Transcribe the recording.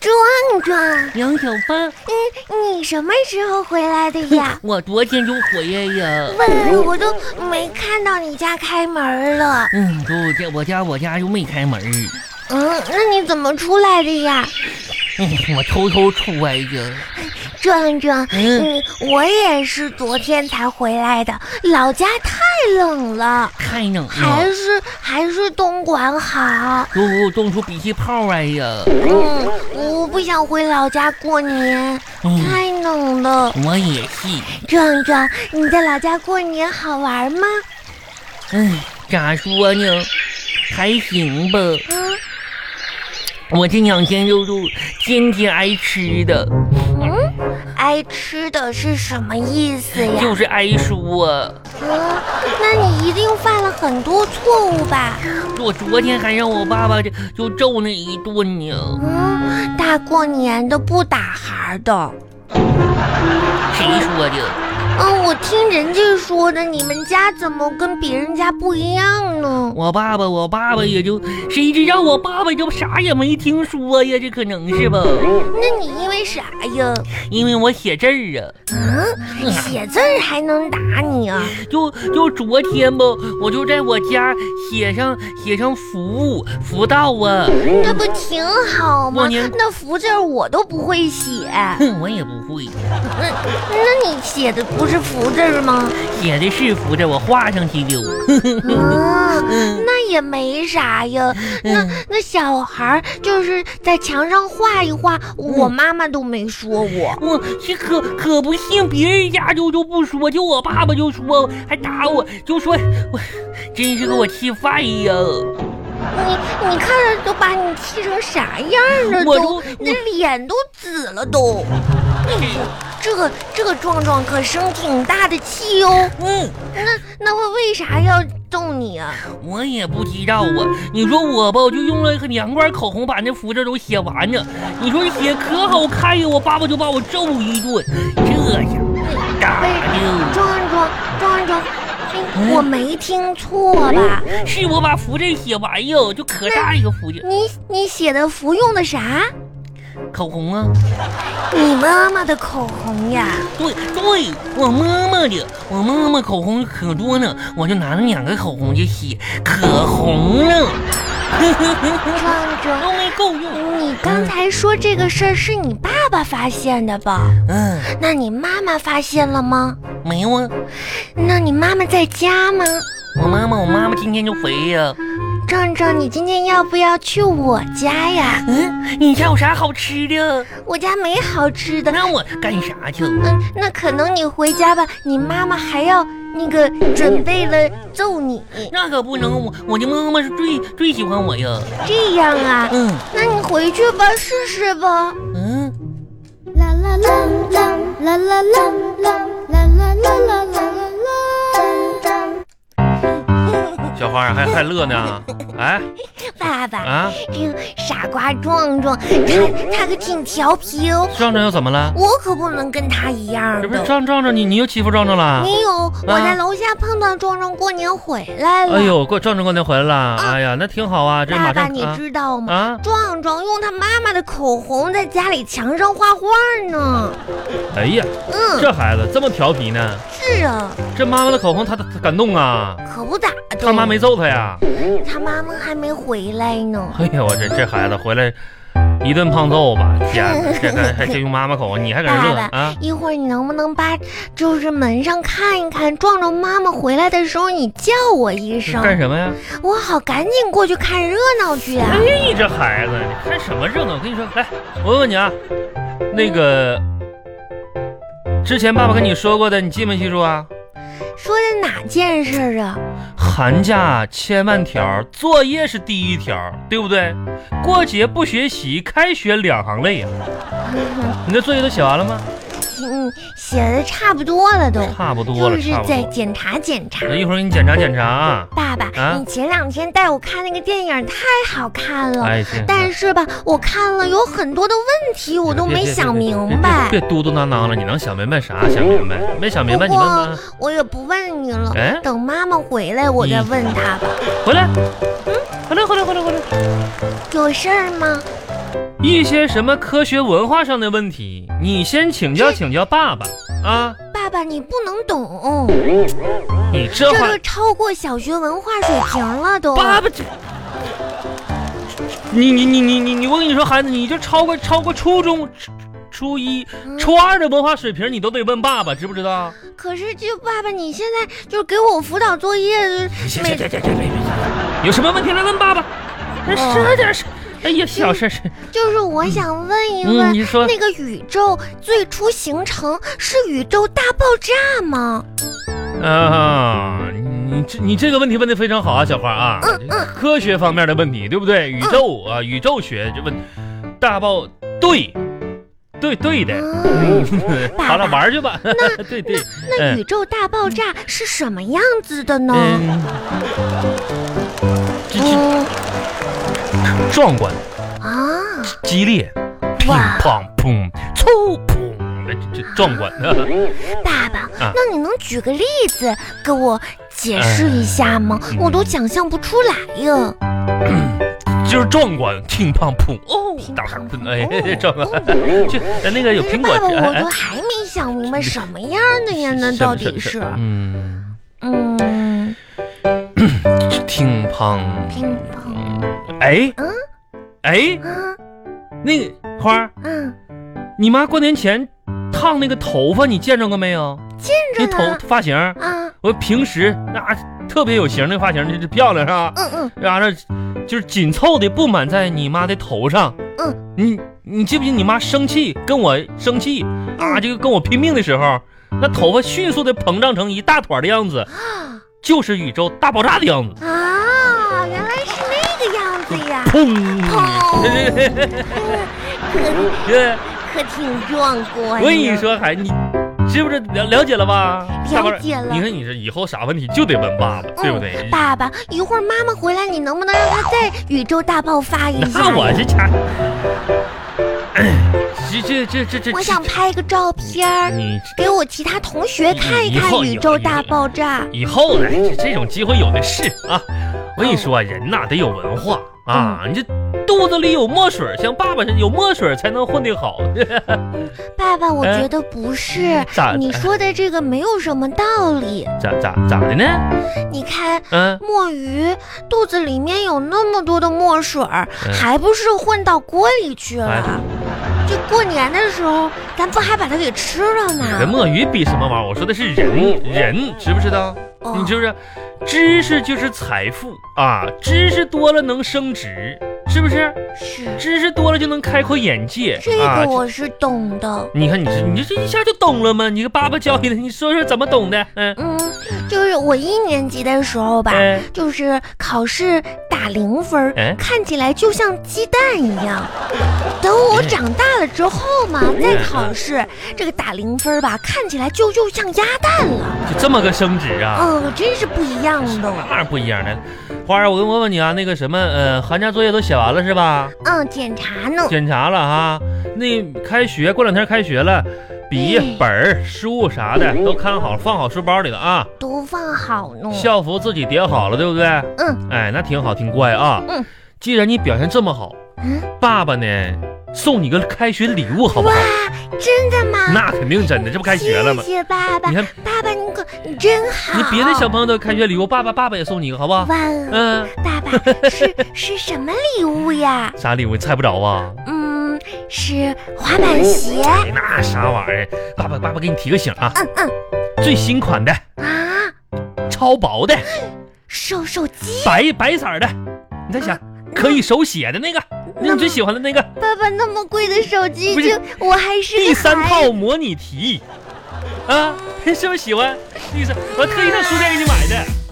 壮，杨小帆，嗯，你什么时候回来的 呀？我昨天就回来呀。问我都没看到你家开门了。嗯，就我家我家我家又没开门儿，嗯，那你怎么出来的呀？嗯，我偷偷出来的。壮壮，嗯嗯，我也是昨天才回来的，老家太冷了，太冷还了，是还是东莞好。都给我冻出鼻涕泡来呀。嗯，我不想回老家过年，嗯，太冷了。我也是。壮壮，你在老家过年好玩吗？嗯，咋说呢？还行吧。嗯我这两天就就天天挨吃的，嗯，爱吃的是什么意思呀？就是挨说。啊嗯，那你一定犯了很多错误吧？我昨天还让我爸爸就就揍那一顿呢。嗯，大过年的不打孩儿的。谁说的？嗯，我听人家说的，你们家怎么跟别人家不一样呢？我爸爸，我爸爸也就谁知道我爸爸就啥也没听说呀，这可能是吧？那你因为啥哎呀？因为我写字儿啊，嗯，写字儿还能打你啊？就就昨天吧，我就在我家写上写上福福到啊，那不挺好吗过年？那福字儿我都不会写，哼，我也不会那那你写的不是福字儿吗？写的是福字，我画上去就。啊，那也没啥呀。嗯那那小孩儿就是在墙上画一画，嗯我妈妈都没说我。我这可可不信，别人家就就不说，就我爸爸就说，还打我，就说我真是给我气坏呀！ 你你看着都把你气成啥样了我都都，那脸都紫了都。这个这个壮壮可生挺大的气哟。嗯，那那我为啥要揍你啊？我也不知道啊。你说我吧，我就用了两罐口红把那福字都写完了。你说写可好看呀，我爸爸就把我揍一顿，这呀打的，壮壮壮壮，嗯哎我没听错吧？是我把福字写完哟，就可大一个福字，你你写的服用的啥？口红啊。你妈妈的口红呀？对对，我摸摸的，我摸摸口红可多呢，我就拿了两个口红就洗，可红了， 壮都壮，没够用。你刚才说这个事儿是你爸爸发现的吧？嗯，那你妈妈发现了吗？没有啊，那你妈妈在家吗？我妈妈，我妈妈今天就回呀、壮壮，你今天要不要去我家呀？嗯，你家有啥好吃的？我家没好吃的。那我干啥去？嗯，那可能你回家吧，你妈妈还要那个准备了揍你。那可不能，我我的妈妈是最最喜欢我呀。这样啊？嗯那你回去吧，试试吧。嗯，啦啦啦啦啦啦啦啦啦啦啦啦啦啦。小花儿还还乐 呢？哎爸爸，啊，这个傻瓜壮壮，他他可挺调皮哦。壮壮又怎么了？我可不能跟他一样这不是的。壮壮壮你你又欺负壮壮了？没有，我在楼下碰到壮壮过年回来了。啊哎呦，过壮壮过年回来了，哎呀，那挺好啊，这啊爸马爸，上你啊知道吗？啊，壮壮用他妈妈的口红在家里墙上画画呢。哎呀，嗯，这孩子这么调皮呢，是啊，这妈妈的口红他他他敢动啊？可不咋的。他妈没揍他呀？他妈妈还没回来呢。哎呦，我这这孩子回来一顿胖揍吧，天哪，这 还还就用妈妈口红，你还搁这爸乐爸，啊？一会儿你能不能把就是门上看一看，壮壮妈妈回来的时候你叫我一声，干什么呀？我好赶紧过去看热闹去啊哎！，你这孩子，你看什么热闹？我跟你说，来，我问问你啊，那个之前爸爸跟你说过的，你记没记住啊？说的哪件事儿啊？寒假千万条，作业是第一条，对不对？过节不学习，开学两行泪 呀、你这作业都写完了吗？嗯，写的差不多了都，差不多就了，是差不在多。检查检查。那一会儿给你检查检查啊。爸爸，啊你前两天带我看那个电影太好看了，哎，行。但是吧，我看了有很多的问题，我都别没别想别别明白。别别嘟嘟囔囔了，你能想明白啥？想明白？没想明白，你问问。我也不问你了哎，等妈妈回来我再问她吧。回来，回来，回来，回来，回来。有事儿吗？一些什么科学文化上的问题，你先请教请教爸爸啊。爸爸，你不能懂，你这这话个，超过小学文化水平了都。爸爸这，你你你你你你，我跟你说，孩子，你就超过超过初中、初初一、嗯初二的文化水平，你都得问爸爸，知不知道？可是就爸爸，你现在就给我辅导作业，就是每有什么问题来问爸爸，那是点事。哎呀，小事是，就是我想问一嗯，问，你说那个宇宙最初形成是宇宙大爆炸吗？啊，你这你这个问题问的非常好啊，小花啊，嗯科学方面的问题，对不对？宇宙啊，宇宙学这问大爆，对，对对的。啊， 好了，玩儿去吧。 对对，那嗯宇宙大爆炸是什么样子的呢？嗯，这这嗯壮观、啊，激烈，乒哇乓砰，粗砰，哎这这壮观。 爸爸啊，那你能举个例子给我解释一下吗？嗯我都想象不出来呀。就是壮观，乒乓砰哦乒，大乓声砰哎，哦壮观 哦！就那个有可是苹果嗯爸爸，我汁，哎都哎还没想明白什么样的呀？那到底是？嗯，嗯，这乒乓乒乓哎嗯，哎，啊，那个花儿，嗯，你妈过年前烫那个头发，你见着过没有？见那着呢头发型，啊，我平时那、特别有型，那发型就是漂亮是吧？嗯嗯，然后就是紧凑的布满在你妈的头上。嗯，你你记不记得你妈生气跟我生气嗯啊，这个跟我拼命的时候，那头发迅速的膨胀成一大团的样子，就是宇宙大爆炸的样子。啊，原来是那个样子 呀，哦砰！可对。可挺壮观。我跟你，说，孩子，你是不是了了解了吧？大宝了解了你看你这以后啥问题就得问爸爸，对不对？嗯爸爸，一会儿妈妈回来，你能不能让她再宇宙大爆发一下？那我这家， 这这这这这，我想拍个照片儿，你给我其他同学看一以后看宇宙大爆炸。以后呢，这这种机会有的是啊。我跟你说，人呐得有文化啊，嗯你这肚子里有墨水，像爸爸似的有墨水才能混得好。爸爸，我觉得不是，咋你说的这个没有什么道理。咋咋咋的呢？你看。嗯，墨鱼肚子里面有那么多的墨水儿，嗯还不是混到锅里去哎了？这过年的时候，咱不还把它给吃了跟吗？墨鱼比什么玩意儿？我说的是人，人知不知道？哦你知不知道？知识就是财富啊，知识多了能升值，是不是？是知识多了就能开阔眼界这啊个。我是懂的。你看你这你这一下就懂了吗？你个爸爸教你的，你说说怎么懂的？嗯，嗯，就是我一年级的时候吧，哎就是考试打零分儿，哎看起来就像鸡蛋一样。等我长大了之后嘛，嗯再考试，这个打零分儿吧，看起来就又像鸭蛋了。就这么个升值啊，嗯，真是不一样的。那不一样的。花儿，我问问你啊，那个什么，呃，寒假作业都写完了是吧？嗯，检查呢？检查了啊。那开学过两天开学了，笔嗯、本儿、书啥的都看好，放好书包里了啊。都放好呢。校服自己叠好了，对不对？哦嗯。哎，那挺好，挺乖啊。嗯。既然你表现这么好，嗯，爸爸呢，送你个开学礼物，好不哇好？，真的吗？那肯定真的，这不开学了吗？谢谢爸爸你，看，爸爸你可你真好。你别的小朋友都开学礼物，爸爸爸爸也送你一个，好不好？万嗯，爸爸是是什么礼物呀？啥礼物猜不着啊？嗯，是滑板鞋嗯哎那啥玩意儿？爸爸爸爸给你提个醒啊，最新款的，啊，超薄的，瘦瘦鸡。白白色儿的，你再想，可以手写的那个，那你最喜欢的那个，爸爸那么贵的手机不是就，我还是第个三孩套 模拟题，啊，是不是喜欢？第三，我特意上书店给你买的。